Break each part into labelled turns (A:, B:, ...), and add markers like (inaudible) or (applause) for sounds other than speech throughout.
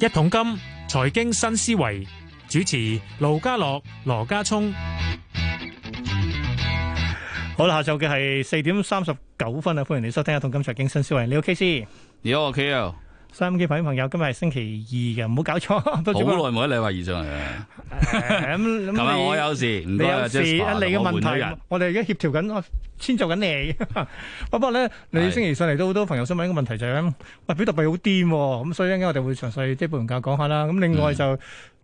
A: 一桶金財經新思維主持盧家樂、羅家聰。
B: 好啦，下晝嘅係四點三十九分啊！歡迎你收聽《一桶金財經新思維》，你好 K 師，
C: 你好 K L，
B: 收音機朋友，今日係星期二嘅，唔好搞錯。 (laughs) 都
C: 好
B: 只不過
C: 耐冇喺禮拜二上嚟啦。
B: 誒咁
C: 琴日我
B: 咁
C: 有事，唔
B: 你
C: 該
B: 你
C: 啊
B: 有事啊？
C: ，Jasper，
B: 你嘅
C: 我換
B: 問
C: 咗人
B: 題，我哋而家協調緊，我遷就緊你。 (laughs) 不過咧，你
C: 係
B: 星期上嚟都好多朋友想問一個問題就係咁，喂，比特幣好癲喎，咁所以一陣間我哋會詳細即係半價講下啦。咁另外就誒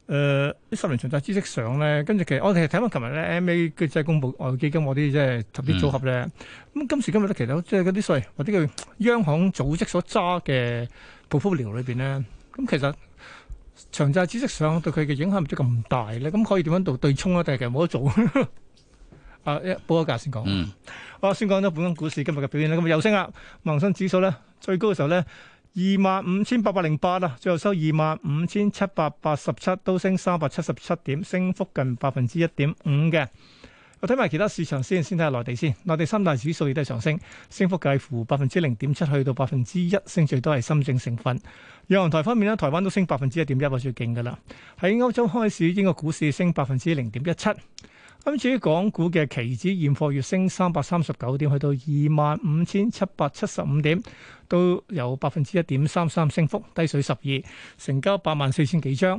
B: 啲十年長債知識上咧，跟住其實我哋睇翻琴日咧 MA 即係公佈外匯基金嗰啲即係投資組合咧，咁今時今日咧其實即係嗰啲所謂或者叫央行組織所揸嘅 portfolio 裏邊咧，咁其實。長債知識上對佢嘅影響唔知咁大咧，咁可以點樣做對沖啊？定係其實冇得做？ (laughs) 啊，一報一價先講。
C: 嗯，
B: 我啊先講咗本港股市今日嘅表現啦。咁啊又升啦，恒生指數咧最高嘅時候咧二萬五千八百零八啊，最後收二萬五千七百八十七，都升三百七十七點，升幅近百分之一點五嘅。我睇埋其他市場先，先睇下內地先。內地三大指數亦都係上升，升幅介乎百分之零點七去到百分之一，升最多係深證成分。有行台方面咧，台灣都升百分之一點一，係最勁㗎啦。喺歐洲開市，英國股市升百分之零點一七。咁至於港股嘅期指現貨月升三百三十九點，去到二萬五千七百七十五點，都有百分之一點三三升幅，低水十二，成交八萬四千幾張。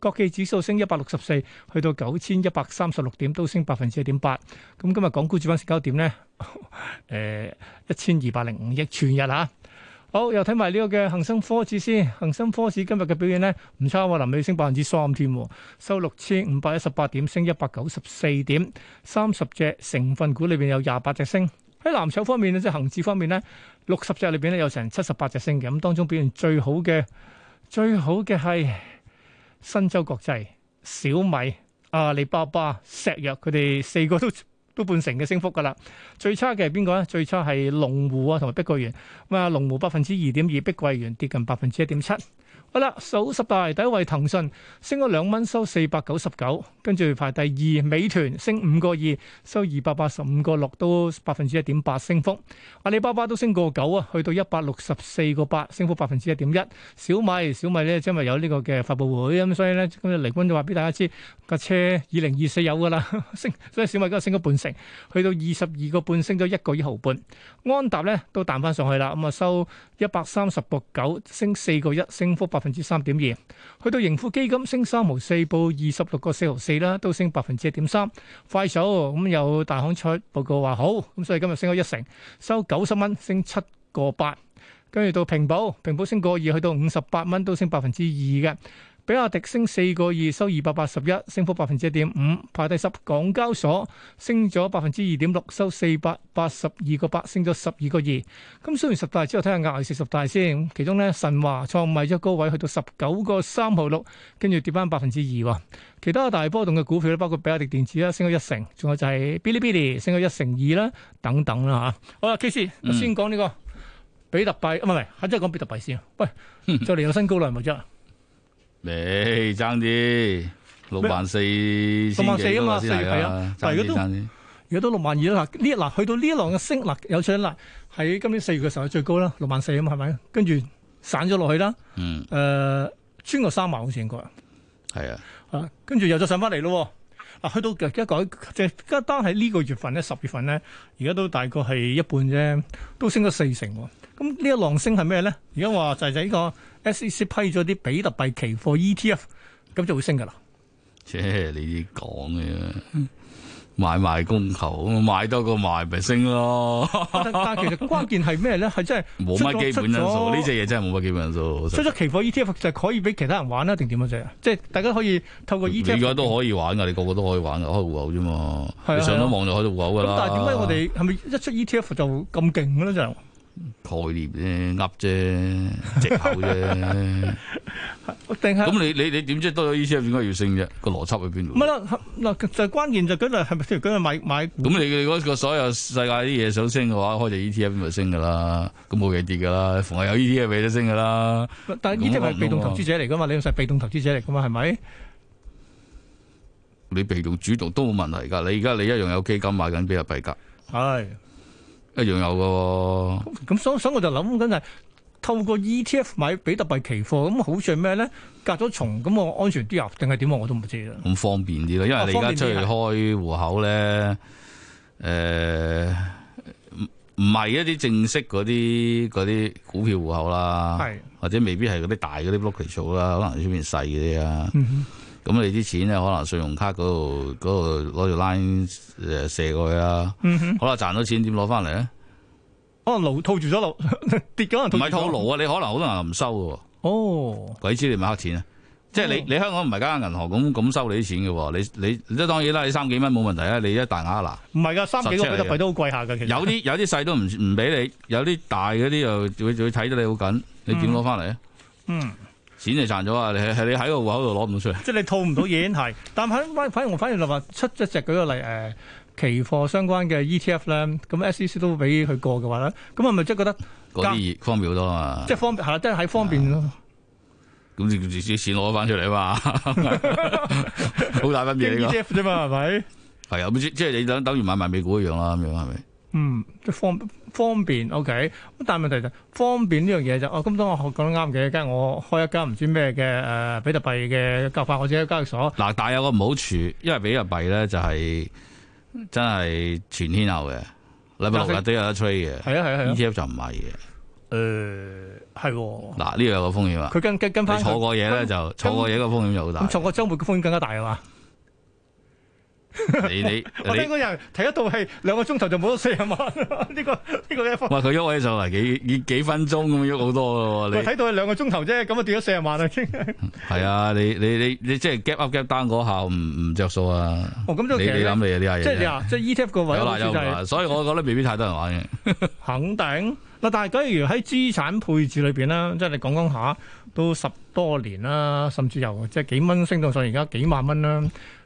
B: 國企指數升一百六十四，去到九千一百三十六點，都升百分之一點八。咁今日港股主板成交點呢， (laughs) 誒一千二百零五億全日啊！好，又睇埋呢個嘅恒生科指先，恒生科指今日嘅表現呢，唔差喎，臨尾升百分之三添喎，收六千五百一十八點，升一百九十四點，三十隻成分股裏邊有廿八隻升。喺藍籌方面呢，即係恒指方面呢，六十隻裏邊呢，有成七十八隻升嘅，咁當中表現最好嘅最好嘅係新洲國際、小米、阿里巴巴、石藥，佢哋四個都都半成嘅升幅㗎啦。最差嘅係邊個咧？最差係龍湖啊，同埋碧桂園。咁啊，龍湖百分之二點二，碧桂園跌近百分之一點七。好啦，數十大第一位騰訊升咗兩蚊，收四百九十九，跟住排第二美團升五個二，收二百八十五個六，都百分之一點八升幅。阿里巴巴都升過九啊，去到一百六十四個八，升幅百分之一點一。小米小米咧，因為有呢個嘅發佈會，咁所以咧，今日黎君就話俾大家知架車二零二四有㗎啦， (laughs) 升，所以小米今日升咗半成，去到二十二個半，升咗一個一毫半。安踏咧都彈翻上去啦，咁啊收一百三十個九，升四個一，升幅百分之三點二。去到盈富基金升三毫四，報二十六個四毫四啦，都升百分之一點三。快手咁有大行出報告話好，咁所以今日升咗一成，收九十蚊，升七個八。跟住到平保，平保升個二，去到五十八蚊，都升百分之二嘅。比亞迪升四個二，收二百八十一，升幅百分之一點五，排第十。港交所升咗百分之二點六，收四百八十二個八，升咗十二個二。咁雖然十大之後睇下額外四十大先，其中咧神華創賣咗高位去到十九個三毫六，跟住跌翻百分之二喎。其他大波動嘅股票咧，包括比亞迪電子啦，升咗一成，仲有就係 Bilibili 升咗一成二啦，等等啦嚇。好啦，K 先
C: 嗯
B: 先講呢、個。比特幣唔係唔係，係真係講比特幣先。喂，就嚟有新高啦，係咪啫？
C: 你爭啲六萬四千幾
B: 六
C: 嗰
B: 萬
C: 個
B: 四
C: 先
B: 啊嘛四
C: 係
B: 係
C: 啊
B: 啊，
C: 爭
B: 但係如
C: 啲
B: 果都
C: 爭啲。
B: 而家都六萬二啦，嗱呢嗱去到呢一浪嘅升，嗱有趣啦，喺今年四月嘅時候係最高啦，六萬四啊嘛，係咪？跟住散咗落去啦，
C: 嗯，
B: 誒、穿過三萬好似應該
C: 係啊，
B: 啊，跟住又再上翻嚟咯喎。嗱，去到而家改即係而家單喺呢個月份咧，十月份咧，而家都大概係一半啫，都升咗四成喎。咁呢一浪升係咩咧？而家話就係就呢個 SEC 批咗啲比特幣期貨 ETF，咁就會升㗎啦。
C: 切你啲講嘅買賣供求，買多過賣咪升咯， (laughs)
B: 但但其實關鍵係咩咧？係真係
C: 冇
B: 出咗
C: 乜基本因
B: 出
C: 素，
B: 咗
C: 呢只嘢真係冇乜基本因素。
B: 出咗期貨 ETF 就可以俾其他人玩啦，啊定點樣啫？即係大家可以透過 E
C: 你
B: ETF。
C: 而家都可以玩噶，你個個都可以玩噶，開戶口啫嘛。
B: 係啊
C: 你上
B: 係
C: 咗
B: 啊
C: 網就開到戶口噶
B: 咁
C: 啦。
B: 但係點解我哋係咪一出 ETF 就咁勁嘅咧？就
C: 概念啫，呃噏啫，藉口啫。
B: 定係 (laughs)
C: 咁你你你點知多咗 E ETF 點解要升啫？個邏輯喺邊度
B: 唔係？啦？嗱，就係關鍵就舉例係咪？譬如舉例買買股
C: 咁你你嗰個所有世界啲嘢想升嘅話，開隻 E ETF 咪升噶啦，咁冇嘢跌噶啦，逢係有 E ETF 咪都升噶啦。
B: 但係
C: 咁啊
B: ETF
C: 我
B: 係被動投資者嚟㗎嘛？你係被動投資者嚟㗎嘛？係咪？
C: 你被動主動都冇問題㗎。你而家你一樣有基金買緊比特幣㗎，
B: 係。
C: 一樣有㗎喎。
B: 咁所所以我就諗緊係透過 ETF 買比特幣期貨，咁好處係咩咧？隔咗重咁我安全啲啊，定係點啊？我都唔知啦。
C: 咁方便啲咯，因
B: 啊
C: 為你而家出去
B: 方便啲
C: 開户口咧，誒唔唔係一啲正式嗰啲嗰啲股票户口啦，
B: 係，
C: 或者未必係嗰啲大嗰啲 blockage 戶口啦，可能出邊細嗰啲啊。
B: 嗯
C: 咁你啲錢咧，可能信用卡嗰度嗰度攞條 line 誒射過去啦。
B: 哼，嗯哼，
C: 好啦，賺到錢點攞翻嚟咧？
B: 可能牢套住咗牢， (laughs) 跌咗可能套住
C: 唔
B: 咗
C: 係套路啊！你可能好多人唔收嘅喎，
B: 哦，
C: 鬼知你咪黑錢啊！即係
B: 哦
C: 你你香港唔係間間銀行咁咁收你啲錢嘅喎，你你即係當然啦，你三幾蚊冇問題啊！你一大額嗱。
B: 唔係㗎，三幾個
C: 實
B: 比
C: 質嚟
B: 特
C: 嘅
B: 幣都好貴下㗎，其實
C: (laughs) 有啲有啲細都唔唔俾你，有啲大嗰啲又會會睇得你好緊，你點攞翻嚟啊？
B: 嗯。
C: 錢就賺咗啊！你係係你喺個户口度攞唔到出嚟。
B: 即係你套唔到嘢係， (laughs) 但係反反而我反而就話出一隻舉個例誒、呃期貨相關嘅 E ETF 咧，咁 SEC 都俾佢過嘅話咧，咁係咪即係覺得
C: 嗰啲易方便好多啊嘛
B: 即係，方便係啦，即係喺方便咯，
C: 啊咁你自己錢攞翻出
B: (laughs)
C: 嚟啊嘛，好大分
B: 經
C: 別啊呢
B: ETF 啫嘛，係咪？
C: 個係啊，咁即即係你等等於買埋美股一樣啦，咁樣係咪？
B: 嗯，即係方方便 OK，咁但係問題就方便呢樣嘢就哦，咁當我學講得啱嘅，梗係我開一間唔知咩嘅誒比特幣嘅交法或者交易所，
C: 嗱，但係有個唔好處，因為比特幣咧就係真係全天候嘅，禮拜六日都有得吹嘅
B: 係啊係啊係啊，
C: ，ETF 就唔係嘅。
B: 誒係喎，
C: 嗱，呢個有個風險啊，
B: 佢跟跟跟翻
C: 你錯過嘢咧就錯過嘢個風險就好
B: 咁
C: 大。
B: 錯過週末嘅風險更加大啊嘛。
C: (laughs) 你你
B: (laughs) 我
C: 你
B: 聽。嗰人睇一套戲兩個鐘頭就冇咗四十萬，啊呢個呢個一方。
C: 哇！佢喐起上嚟幾幾幾分鐘咁喐好多
B: 我
C: 嘅喎，
B: 睇到係兩個鐘頭啫，咁啊跌咗四十萬啦，已經。
C: 你係啊，你你你你即係 gap up gap down 嗰下唔唔着數啊！
B: 哦，咁
C: 你
B: 就
C: 你
B: 其實
C: 諗
B: 呢
C: 你呢下嘢
B: 即係你
C: 啫，
B: 話，即係 ETF 個位
C: 有
B: 好
C: 啦
B: 似
C: 有
B: 就係
C: 啦，所以我覺得未必太多人玩嘅。
B: 肯定嗱。但係假如喺資產配置裏邊啦，即係你講講下都十多年啦，甚至由即係幾蚊升到上而家幾萬蚊啦，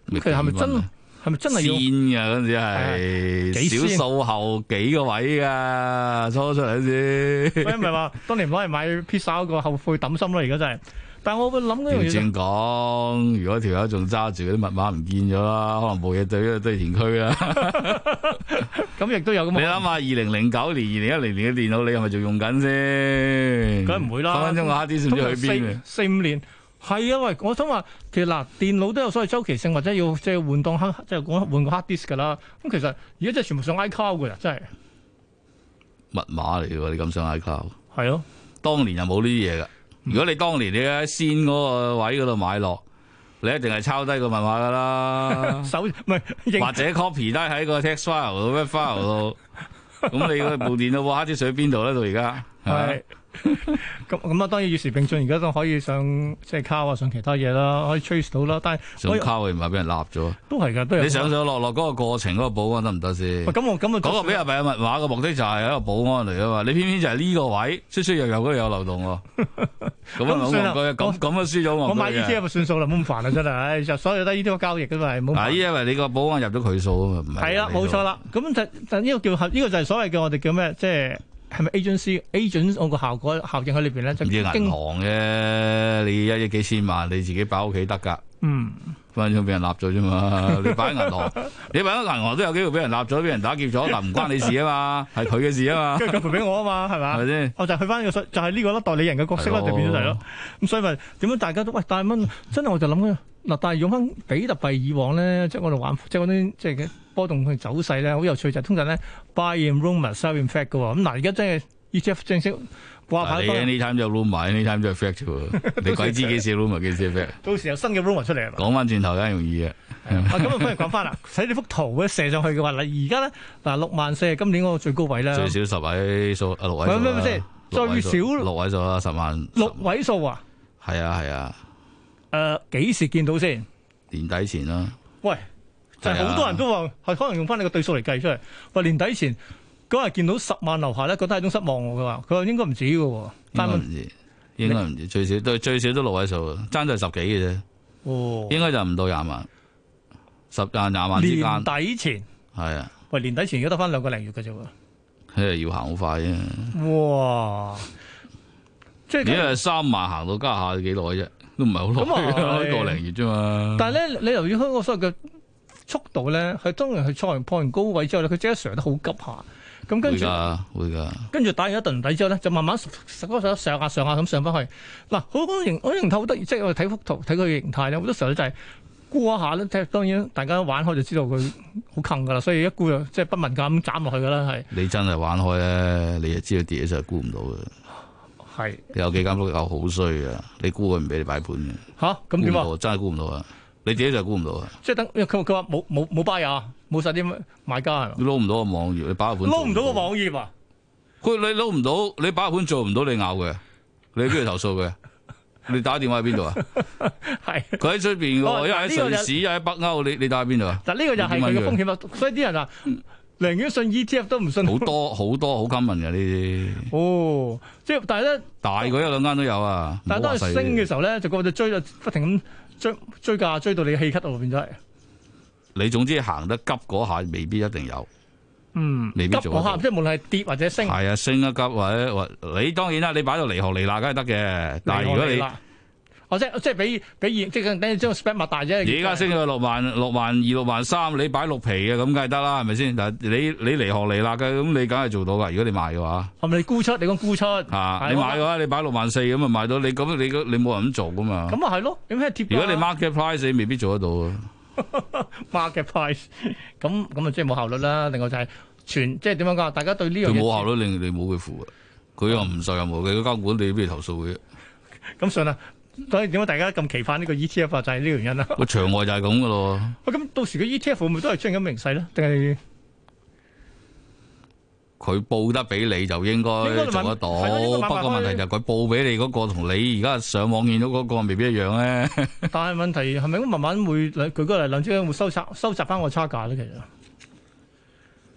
B: 咁其實係咪
C: 啊
B: 真係咪真係要？
C: 先啊？嗰陣
B: 幾
C: 時
B: 先
C: 係小數後幾個位噶，初出嚟嗰時。
B: 喂唔係話當年攞嚟買 pizza 嗰個後悔抌心啦，而家真係。但係我會諗嗰樣嘢
C: 調
B: 就係
C: 轉講，如果條友仲揸住嗰啲密碼唔見咗啦，可能冇嘢對咗堆填區啦。
B: 咁，亦都有咁啊
C: 你
B: 嘅
C: 諗下，二零零九年、二零一零年嘅電腦，你係咪仲用緊先？
B: 梗係唔會啦
C: 分分鐘個 hard disk 唔知去邊啊！
B: 四四五年係啊，喂！我想話其實嗱，電腦都有所謂周期性，或者要即係換當黑，即係講換個 hard disk 㗎啦。咁其實而家真係全部上 iCloud 㗎啦，真係
C: 密碼嚟嘅喎，你咁上 iCloud，
B: 係咯。
C: 當年就冇呢啲嘢噶。如果你當年你喺先嗰個位嗰度買落，你一定係抄低個密碼
B: (laughs)
C: 噶啦，
B: 手唔係
C: 或
B: 認
C: 者 copy 低喺個 text file 度、web file 度。咁你嗰部電腦哇，啲水邊度咧？到而家啊係咪
B: 係 (laughs) 咁咁啊！當然與時並進，而家都可以上即係 cloud 啊，上其他嘢啦，可以 trace 到啦。但係
C: 上 cloud 唔係俾人立咗。
B: 都係㗎，都有。
C: 你上上落落嗰個過程嗰個保安得唔得先？
B: 喂咁我咁啊，
C: 嗰個比特幣嘅密碼嘅目的就係一個保安嚟啊嘛，你偏偏就係呢個位，衰衰又又嗰度有漏洞喎，
B: (laughs)
C: 咁啊好
B: 算啦
C: 戇居啊，咁咁啊輸咗
B: 我
C: 戇
B: 買
C: 居嘅
B: ETF。就算數啦，冇咁煩啦，真係。唉，就所有都係 ETF 交易㗎嘛，冇咁
C: 嗱，
B: 煩。
C: 啊因為你個保安入咗佢數啊嘛，唔係
B: 係啦，
C: 入
B: 冇
C: 你數
B: 錯。啦。咁就就呢個叫合，呢、個就係所謂嘅我哋叫咩？即係係咪 agency agent 我個效果效應喺裏邊咧？就
C: 唔知銀
B: 經
C: 行嘅，你一億幾千萬你自己擺屋企得㗎，
B: 嗯
C: 分分鐘俾人立咗啫
B: (laughs)
C: 嘛。你擺喺銀行，你擺喺銀行都有機會俾人立咗，俾人打劫咗，嗱唔關你事啊
B: (laughs)
C: 嘛，係佢嘅事啊
B: 跟住佢賠俾我啊嘛，係
C: 嘛，係
B: 咪？
C: 咪先？
B: 我就去翻呢個所就係呢個咯，代理人嘅角色啦，
C: 係咯
B: 就變咗就係咯。咁所以咪點解大家都喂？但係蚊真係我就諗緊嗱，但係用翻比特幣以往咧，即係我哋玩即係嗰啲即係嘅波動嘅走勢咧，好有趣就係通常咧 buy in rumor sell in fact 嘅喎。咁嗱，而家真係 ETF 正式掛
C: 嗱
B: 牌
C: 你
B: 幫人，
C: anytime 就 rumor，anytime 就 fact 啫喎，你鬼知幾時 rumor 幾時 fact？
B: 到時有新嘅 rumor 出嚟係咪
C: 講翻轉頭梗係容易嘅。
B: 啊，咁啊，不如講翻
C: (laughs)
B: 啦。睇呢幅圖咧射上去嘅話，嗱，而家咧嗱六萬四係今年嗰個最高位啦，
C: 最少十位數啊，六位數
B: 喂
C: 啦
B: 喂喂即嗯係
C: 六位
B: 再
C: 數
B: 少
C: 六位數啦，十萬
B: 六
C: 十
B: 位數啊！
C: 係啊係啊，
B: 誒、幾時見到先？
C: 年底前啦，
B: 喂，就係
C: 係啊
B: 好多人都話係可能用翻你個對數嚟計出嚟。喂，年底前嗰日見到十萬樓下咧，覺得係一種失望我嘅話，佢話應該唔止嘅喎。
C: 應
B: 但
C: 該
B: 係
C: 唔知，應該唔知，最少都最少都六位數啊，爭在十幾嘅啫，
B: 哦，
C: 應該就唔到廿萬，十廿廿萬之間
B: 年底前，
C: 係啊，
B: 喂，年底前而家得翻兩個零月嘅啫
C: 佢要行好快啫，
B: 喎。哇！即
C: 你一
B: 係
C: 係三萬行到家下幾耐啫， (laughs) 都唔係好耐
B: 咁啊係
C: 啊，個零月啫嘛，
B: 但係咧，你留意香港所有嘅速度咧，佢當然佢錯完破完高位之後咧，佢即刻上得好急下。咁跟
C: 會
B: 住。
C: 㗎會㗎。
B: 跟住打完一頓底之後咧，就慢慢實嗰上下上下咁上翻去。嗱，好嗰個形，嗰個形態好得意，即係我哋睇幅圖睇佢嘅形態咧，好多時候咧就係估一下咧。即係當然大家玩開就知道佢好近噶啦，所以一估就即係不敏感咁斬落去噶啦，係
C: 你真係玩開咧，你就知道跌咗就估唔到嘅。
B: 係
C: 有幾間碌友好衰啊！你估佢唔俾你擺盤嘅，
B: 吓，咁點
C: 估唔
B: 啊？
C: 到真係估唔到啊！你自己就估唔到啊！
B: 即係等因為佢佢話冇冇冇 buy 啊，冇晒啲買家係嘛
C: 你撈唔到個網頁，你擺個盤做
B: 撈唔到個網頁啊！
C: 佢你撈唔到，你擺個盤做唔到，你咬佢，你邊度投訴
B: (laughs)
C: 佢？你打電話喺邊度啊？
B: 係
C: 佢喺出邊
B: 哦
C: 喎，一
B: 嗱呢個
C: 喺瑞
B: 就
C: 士，一喺北歐，你你打喺邊度啊？
B: 嗱，呢個就係佢嘅風險啦。所以啲人啊，寧願信 ETF 都唔信
C: 嗯好多好多好 common 嘅呢啲，
B: (laughs) 哦，即係但係咧。
C: 大過一兩間都有啊。
B: 但係當佢升嘅時候咧，就個個就追就不停咁追追價，追到你氣咳度變咗係，
C: 你總之行得急嗰下，未必一定有。
B: 嗯，
C: 未必
B: 急
C: 做
B: 嗰
C: 得
B: 下，
C: 到
B: 即係無論係跌或者升，
C: 係啊，升一急或者或你當然啦，你擺到離行離辣梗係得嘅。但係如果
B: 離岸嚟
C: 你
B: 啦哦我即係即係比比現即係等你將個 spec 擘大啫。
C: 而家升到六萬、六萬二、六萬三，你擺六皮嘅咁，梗係得啦，係咪先？但係你你離行離辣嘅，咁你梗係做到噶。如果你賣嘅話，
B: 係哦咪你沽出？你講沽出
C: 嚇、啊你買嘅話，你擺六萬四咁啊，賣到你咁，你你冇人咁做噶嘛。
B: 咁啊係咯，有咩貼價？
C: 如果你 market price，你未必做得到啊。
B: mark 嘅 price，咁 (laughs) 咁啊即係冇效率啦。另外就係全即係點樣講？大家對呢樣
C: 佢
B: 嘢
C: 冇效率，你你冇佢付啊。佢又唔受任何嘅監管，你不如投訴佢。
B: 咁算啦。所以點解大家咁期盼呢個 ETF 啊？就係呢個原因
C: (laughs)
B: 啦。
C: 個場外就係咁噶咯。
B: 喂咁到時個 ETF 會唔會都係出現咁嘅形勢咧？定係
C: 佢報得俾你就應
B: 應該
C: 該
B: 你
C: 做
B: 問
C: 得到，
B: 係咯應該
C: 不過
B: 慢慢
C: 問題就係佢報俾你嗰個同你而家上網見到嗰個未必一樣啊咧。
B: 但係問題係咪咁慢慢會舉個例，兩者會收窄收窄翻個差價咧？其實。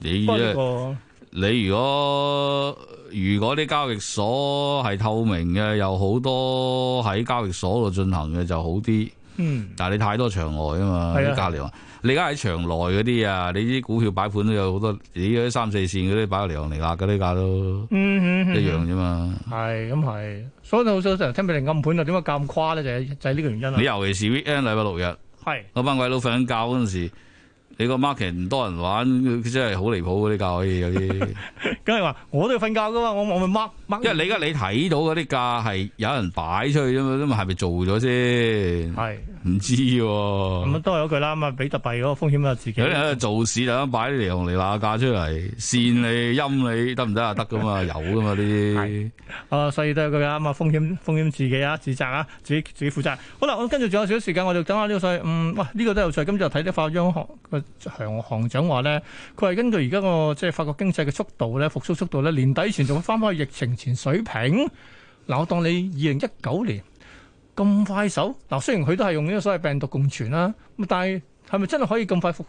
C: 你
B: 不過呢個
C: 你如果如果啲交易所係透明嘅，有好多喺交易所度進行嘅就好啲。
B: 嗯
C: 但係你太多場外啊嘛，
B: 係
C: 啲
B: 啊
C: 隔離行你而家喺場內嗰啲啊，你啲股票擺盤都有好多，你嗰啲三四線嗰啲擺到嚟行嚟辣嗰啲價都
B: 嗯
C: 一樣啫嘛。
B: 係咁係，所以好少成日聽俾人暗盤啊，點解咁誇咧？就係就係呢個原因
C: 你啊
B: 啦。
C: 尤其是 weekend 禮拜六日，
B: 係
C: 嗰班鬼佬瞓緊覺嗰陣時，你個 market 唔多人玩，佢真係好離譜嗰啲價可以
B: (laughs)
C: 有啲。
B: 梗係話我都要瞓覺噶嘛，我我咪 mark mark。
C: 因為你而家你睇到嗰啲價係有人擺出去啫嘛，咁係咪做咗先？
B: 係
C: 唔知
B: 咁
C: 喎、
B: 啊都係嗰句啦，咁啊比特幣嗰個風險啊自己
C: 有。啲人喺度做市就咁擺啲嚟紅嚟乸價出嚟，扇你陰你得唔得啊？得
B: (laughs)
C: 噶嘛，有噶嘛呢啲。
B: 啊，所以都係佢啦，咁啊風險風險自己啊，自責啊，自己自己負責。好啦，我跟住仲有少少時間，我哋等下呢個所謂嗯，哇，呢、個都有趣。咁就睇啲法國央行個行行長話咧，佢係根據而家個即係法國經濟嘅速度咧，復甦速度咧，年底前仲會翻返去疫情前水平。嗱，我當你二零一九年咁快手，嗱，雖然佢都係用呢個所謂病毒共存啦，咁但係係咪真係可以咁快復？復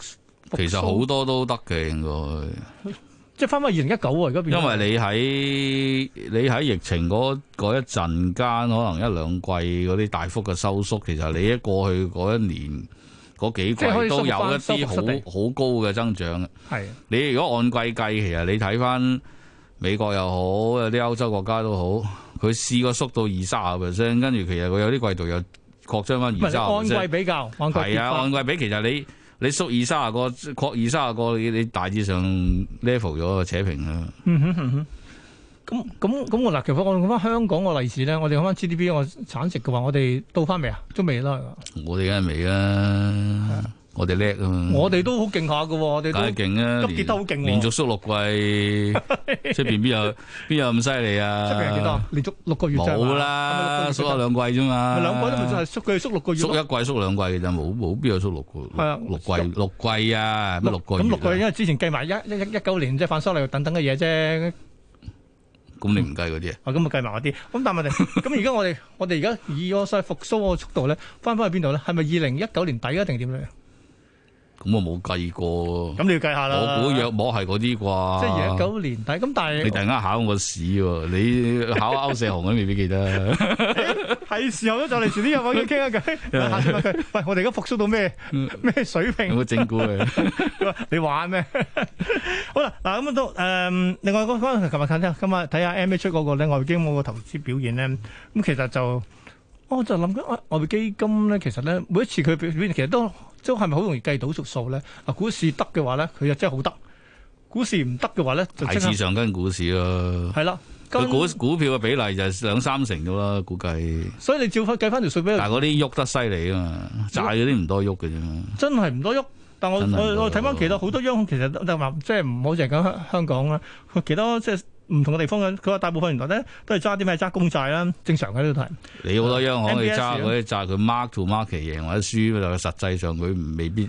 B: 甦
C: 其實好多都得嘅應該。
B: 即係翻返二零一九啊！而家變咗
C: 因為你喺你喺疫情嗰嗰一陣間，可能一兩季嗰啲大幅嘅收縮，其實你一過去嗰一年嗰幾
B: 即係可以
C: 季都有一
B: 收復翻
C: 啲好
B: 收復失地
C: 好高嘅增長嘅。
B: 係
C: 你如果按季計，其實你睇翻美國又好，有啲歐洲國家都好，佢試過縮到二三十 percent，跟住其實佢有啲季度又擴張翻
B: 唔係
C: 二三十
B: 按
C: percent。
B: 季比較？按季 (laughs)
C: 係啊，
B: 跌
C: 按季比其實你你縮二三十個，擴二三十個，你你大致上 level 咗扯平啊啦。
B: 嗯哼嗯哼，咁咁咁我嗱，其實我講翻香港個例子咧，我哋講翻 GDP 我產值嘅話，我哋到翻未啊？都未啦，
C: 我哋梗係未啦，我哋叻啊嘛！
B: 我哋都好勁下嘅喎，我哋
C: 梗係
B: 都
C: 勁啊，
B: 急跌得好勁喎
C: 連續縮六
B: (laughs)
C: 季，出邊邊有邊有咁犀利啊？
B: 出邊幾多？連續六個月啫
C: 冇啦，縮咗兩季啫嘛。
B: 咪兩個都咪就係縮佢縮六個月
C: 縮
B: 咯。
C: 一季縮兩季嘅咋，冇冇邊有縮六
B: 係啊
C: 個六季六季啊？乜六個月
B: 咁六個月，
C: 啊？
B: 因為之前計埋一一一一九年即係反修例等等嘅嘢啫，
C: 咁你唔計嗰啲啊？
B: 啊咁啊計埋嗰啲。咁但係問題，
C: (laughs)
B: 咁而家我哋我哋而家以我所謂復甦個速度咧，翻返去邊度咧？係咪二零一九年底啊？定點咧？
C: 咁我冇計過。
B: 咁你要計下啦。
C: 我估約摸係嗰啲啩。
B: 即係二零一九年底。咁但係
C: 你突然間考我屎喎！你 (laughs) 考歐世雄都未必記得。
B: 係時候都就嚟遲啲有冇要傾下
C: (laughs)
B: 偈，
C: 嗯
B: 下次問佢，喂，我哋而家復甦到咩咩水
C: 有
B: 平？
C: 冇整蠱佢？
B: 佢話你玩咩？ (laughs) 好啦，嗱咁都誒、嗯另外嗰個琴日睇下，今日睇下 M H 嗰個咧外匯基金嗰個投資表現咧，咁其實就我就諗緊啊外匯基金咧，其實咧每一次佢表現其實都都係咪好容易計到數數咧？啊，股市得嘅話咧，佢就真係好得。股市唔得嘅話咧， (laughs) 就
C: 大
B: 即刻
C: 致上跟股市咯。
B: 係啦。
C: 佢
B: 跟
C: 股股票嘅比例就係兩三成到啦，估計。
B: 所以你照翻計翻條數俾佢
C: 但，係嗰啲喐得犀利啊嘛，債嗰啲唔多喐嘅啫嘛。
B: 真係唔多喐。但我
C: 真係唔多
B: 我我睇翻
C: 喐
B: 其他好多央行其實都話即係唔好淨係講香香港啦，佢其他即係唔同嘅地方嘅，佢話大部分原來咧都係揸啲咩揸公債啦，正常嘅呢度睇。
C: 你好多央行你
B: MBS
C: 揸嗰啲債，佢 mark to market 贏或者輸，但係實際上佢未必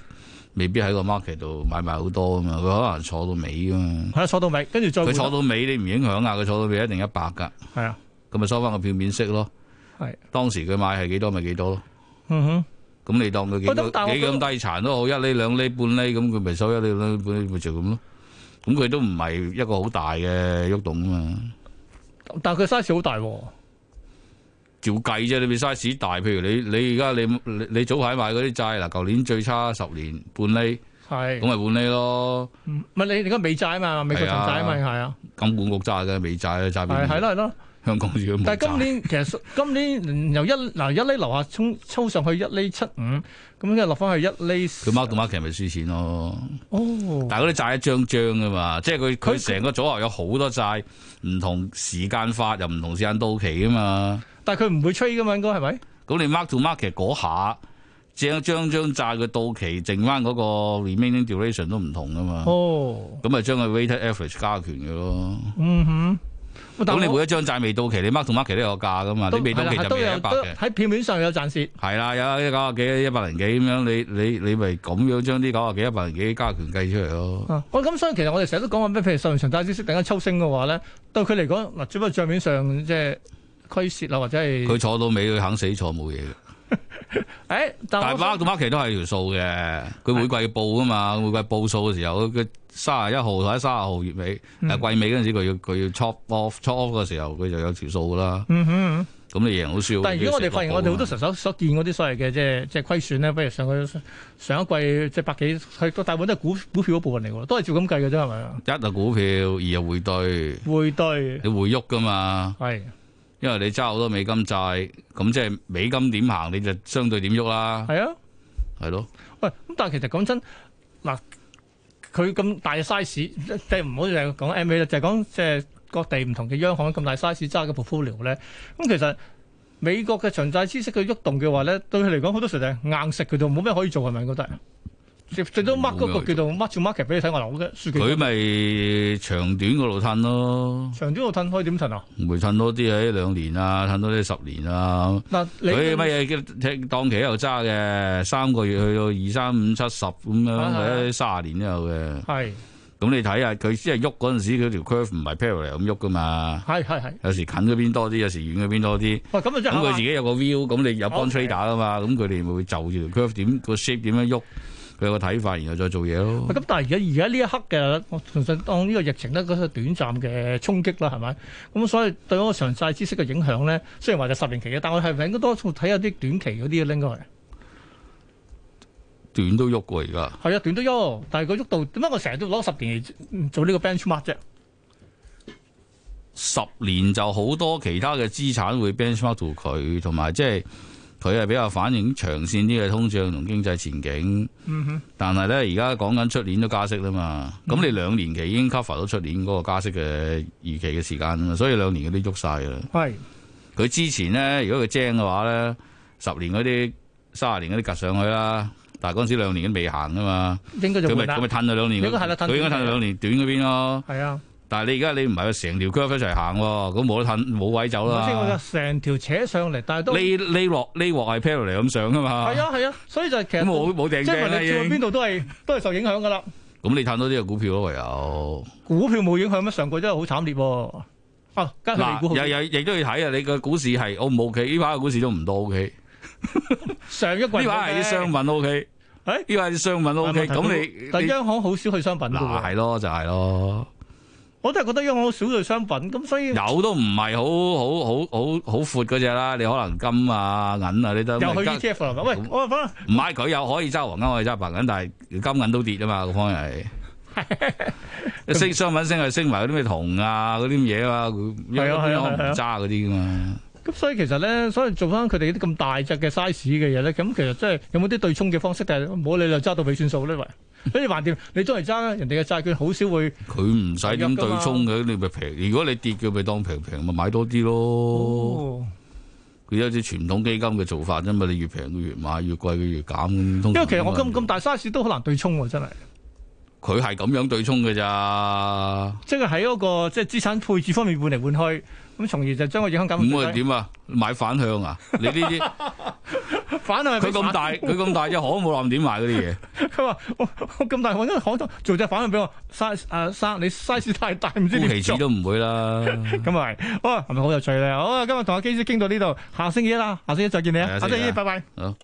C: 未必喺個 market 度買賣好多啊嘛，佢可能坐到尾啊嘛。
B: 係啦，坐到尾，跟住再
C: 佢
B: 換
C: 坐到尾你唔影響啊，佢坐到尾一定一百㗎，
B: 係啊，
C: 咁咪收翻個票面息咯。
B: 係
C: 當時佢買係幾多咪幾多咯。
B: 嗯哼。
C: 咁你當佢幾多
B: 喂咁但係我
C: 幾咁低殘都好，一厘兩厘半厘咁，佢咪收一厘兩厘半厘咪就咁咯。咁佢都唔係一個好大嘅喐動啊嘛。
B: 但係佢 size 好大喎，
C: 照計啫，你咪 size 大。譬如你你而家你你你早排買嗰啲債嗱，舊年最差十年半厘，
B: 係
C: 咁咪半厘咯。
B: 唔係你而家美債啊嘛，美國長債啊嘛，係啊，
C: 金管局揸嘅美債啊，債
B: 係係
C: 券
B: 咯係咯。
C: 香港自己冇
B: 但係今
C: 債。
B: 年其實今年由一嗱一厘樓下衝抽上去一厘七五，咁跟住落翻去一厘
C: 佢 mark 到 market 咪輸錢咯，
B: 哦，
C: 但係嗰啲債一張張噶嘛，即係佢
B: 佢
C: 佢成個組合有好多債，唔同時間發又唔同時間到期啊嘛。
B: 但係佢唔會吹噶嘛，應該係咪？
C: 咁你 mark to market 嗰下，將將張債嘅到期剩翻嗰個 remaining duration 都唔同噶嘛，
B: 哦，
C: 咁咪將佢 weighted average 加權嘅咯。
B: 嗯哼，喂但
C: 咁
B: 係
C: 你
B: 我
C: 每一張債未到期，你 mark to market 都有價噶嘛，
B: 都
C: 啊你未到期
B: 係啦
C: 就
B: 都
C: 未
B: 有
C: 一百
B: 都
C: 嘅。
B: 喺票面上有賺蝕，
C: 係啦，有一九啊幾、一百零幾咁樣，你你你咪咁樣將啲九啊幾、一百零幾加權計出嚟咯。
B: 啊我咁所以其實我哋成日都講話咩，譬如上長債孳息突然間抽升嘅話咧，對佢嚟講嗱，只不過帳面上即係虧蝕啦，啊或者係
C: 佢坐到尾，佢肯死坐冇嘢嘅。
B: 誒，但
C: 但係
B: 係
C: mark to market 都係條數嘅，佢每季報噶嘛，每季報數嘅時候，佢三十一號或者三十號月尾，
B: 嗯
C: 但季尾嗰陣時佢要佢要 chop off chop off 嘅時候，佢就有條數噶啦。
B: 嗯哼。
C: 咁你贏好輸好，
B: 但係如果我哋發現我哋好多
C: 時
B: 時候所所見嗰啲所謂嘅即係即係虧損咧，不如上個上一季即係百幾，係大部分都係股股票嗰部分嚟喎，都係照咁計嘅啫，係咪啊？
C: 一係股票，二係匯兌，
B: 匯兌
C: 你匯喐噶嘛，
B: 係
C: 因為你揸好多美金債，咁即係美金點行你就相對點喐啦，
B: 係啊，
C: 係咯。
B: 喂咁但係其實講真嗱，佢咁大嘅 size，即係唔好淨係講 M A 啦，就係講即係各地唔同嘅央行咁大 size 揸嘅 portfolio 咧，咁其實。美國嘅長債孳息佢喐動嘅話咧，對佢嚟講好多時候就係硬食佢度，冇咩可以做係咪？覺得
C: 嗯
B: 最最多 mark 嗰個叫做 mark 住 market 俾你睇，我留嘅輸
C: 佢
B: 幾
C: 咪長短嗰度褪咯，
B: 長短我褪可以點褪啊？
C: 唔會褪多啲喺兩年啊，褪多啲十年啊。
B: 嗱，你
C: 佢乜嘢嘅當期又揸嘅，三個月去到二三五七十咁
B: 啊
C: 樣，
B: 啊
C: 或者卅年都有嘅。
B: 係
C: 咁你睇下佢即係喐嗰陣時，佢條 curve 唔係 parallel 咁喐噶嘛。
B: 係係係，
C: 有時近嗰邊多啲，有時遠嗰邊多啲。
B: 喂咁啊真
C: (laughs)
B: (laughs)
C: 咁佢自
B: 係
C: 己有個 view，咁你有幫
B: OK
C: trader 噶嘛？咁佢哋咪會就住條 curve 點個 shape 點樣喐，佢有個睇法，然後再做嘢咯
B: 喂。咁但係而家而家呢一刻嘅，我純粹當呢個疫情咧嗰個短暫嘅衝擊啦，係咪？咁所以對嗰個長債知識嘅影響咧，雖然話就十年期嘅，但我係咪應該多數睇下啲短期嗰啲嘅咧？應該係
C: 短都喐喎，而家
B: 係啊，短都喐，但係個喐度點解我成日都攞十年嚟做呢個 benchmark 啫？
C: 十年就好多其他嘅資產會 benchmark 到佢，同埋即係佢係比較反映長線啲嘅通脹同經濟前景。
B: 嗯哼，嗯
C: 但係咧，而家講緊出年都加息啦嘛，咁你兩年期已經 cover 到出年嗰個加息嘅預期嘅時間啊嘛，所以兩年嗰啲喐晒㗎啦。
B: 係
C: 佢之前咧，如果佢精嘅話咧，十年嗰啲、三十年嗰啲趌上去啦，但係嗰陣時兩年都未行㗎嘛，
B: 應該就
C: 佢
B: 會
C: 咪佢
B: 啦，
C: 咪褪咗兩年，
B: 應該係啦褪
C: 佢應該褪咗兩年短嗰邊咯。
B: 係啊。
C: 但係你而家你唔係佢成條 curve 一齊行喎，咁冇得褪，冇位走
B: 頭先我
C: 啦。
B: 嘅成條扯上嚟，但係都
C: 呢
B: 係
C: 呢鑊呢鑊係 parallel 咁上㗎嘛，
B: 啊係啊，所以就其
C: 咁
B: 實
C: 冇冇掟
B: 即係
C: 掟
B: 無論
C: 啦已
B: 你跳去邊
C: 經。
B: 度都係都係受影響㗎啦。
C: 咁你褪多啲嘅股票咯，唯有。
B: 股票冇影響咩？上個真係好慘烈喎、啊！加上美股好
C: 嗱，又又亦都要睇啊！你個股市係 O 唔 O K？呢排嘅股市都唔多 O K，
B: 上一季
C: 呢排係啲商品 O K，
B: 誒
C: 呢排啲商品 O K，咁你
B: 啊但
C: 你
B: 央行好少去商品㗎
C: 嗱
B: 喎，
C: 係咯就係咯，
B: 我都係覺得央行好少去商品，咁所以
C: 有都唔係好好好好好闊嗰只啦，你可能金啊銀啊你都
B: 又去
C: 唔
B: ETF 啦嘛。喂，
C: 咁
B: 我話翻
C: 係佢有可以揸黃金，可以揸白銀，但係金銀都跌啊嘛，個方向係。升商品升係升埋嗰啲咩銅啊嗰啲咁嘢啊嘛，
B: 係啊係啊
C: 因為可能唔
B: 係啊
C: 揸嗰啲噶嘛，
B: 咁所以其實咧，所以做翻佢哋啲咁大隻嘅 size 嘅嘢咧，咁其實真係有冇啲對沖嘅方式？但係唔好理就揸到尾算數咧，喂！你橫掂，你都係揸人哋嘅債券，好少會
C: 佢唔使點對沖嘅，你咪平。如果你跌嘅，咪當平平咪買多啲咯。
B: 哦，
C: 佢有啲傳統基金嘅做法啫嘛，你越平佢越買，越貴佢越減。因
B: 因為其實我咁咁大 size 都好難對沖喎，真係。
C: 佢係咁樣對沖嘅咋。
B: 即係喺嗰個即係資產配置方面換嚟換去，咁從而就將個影響減
C: 咁啊
B: 到最低。
C: 點啊？買反向啊？你呢啲
B: (laughs) 反向係咪
C: 佢咁大，
B: 反
C: 佢咁大隻可冇攬點買嗰啲嘢。
B: 佢話我我咁大，我因為可做隻反向俾我 size 啊 size (laughs) 你 size 太大，唔知
C: 沽期
B: 點
C: 指
B: 做。
C: 都唔會啦。
B: 咁啊係，好啊，係咪好有趣咧？好啊，今日同阿基師傾到呢度，下星期一啦，下星期一再見你
C: 係
B: 啊，
C: 啊
B: 下星期
C: 星期
B: 一，
C: 一
B: 拜拜。
C: 好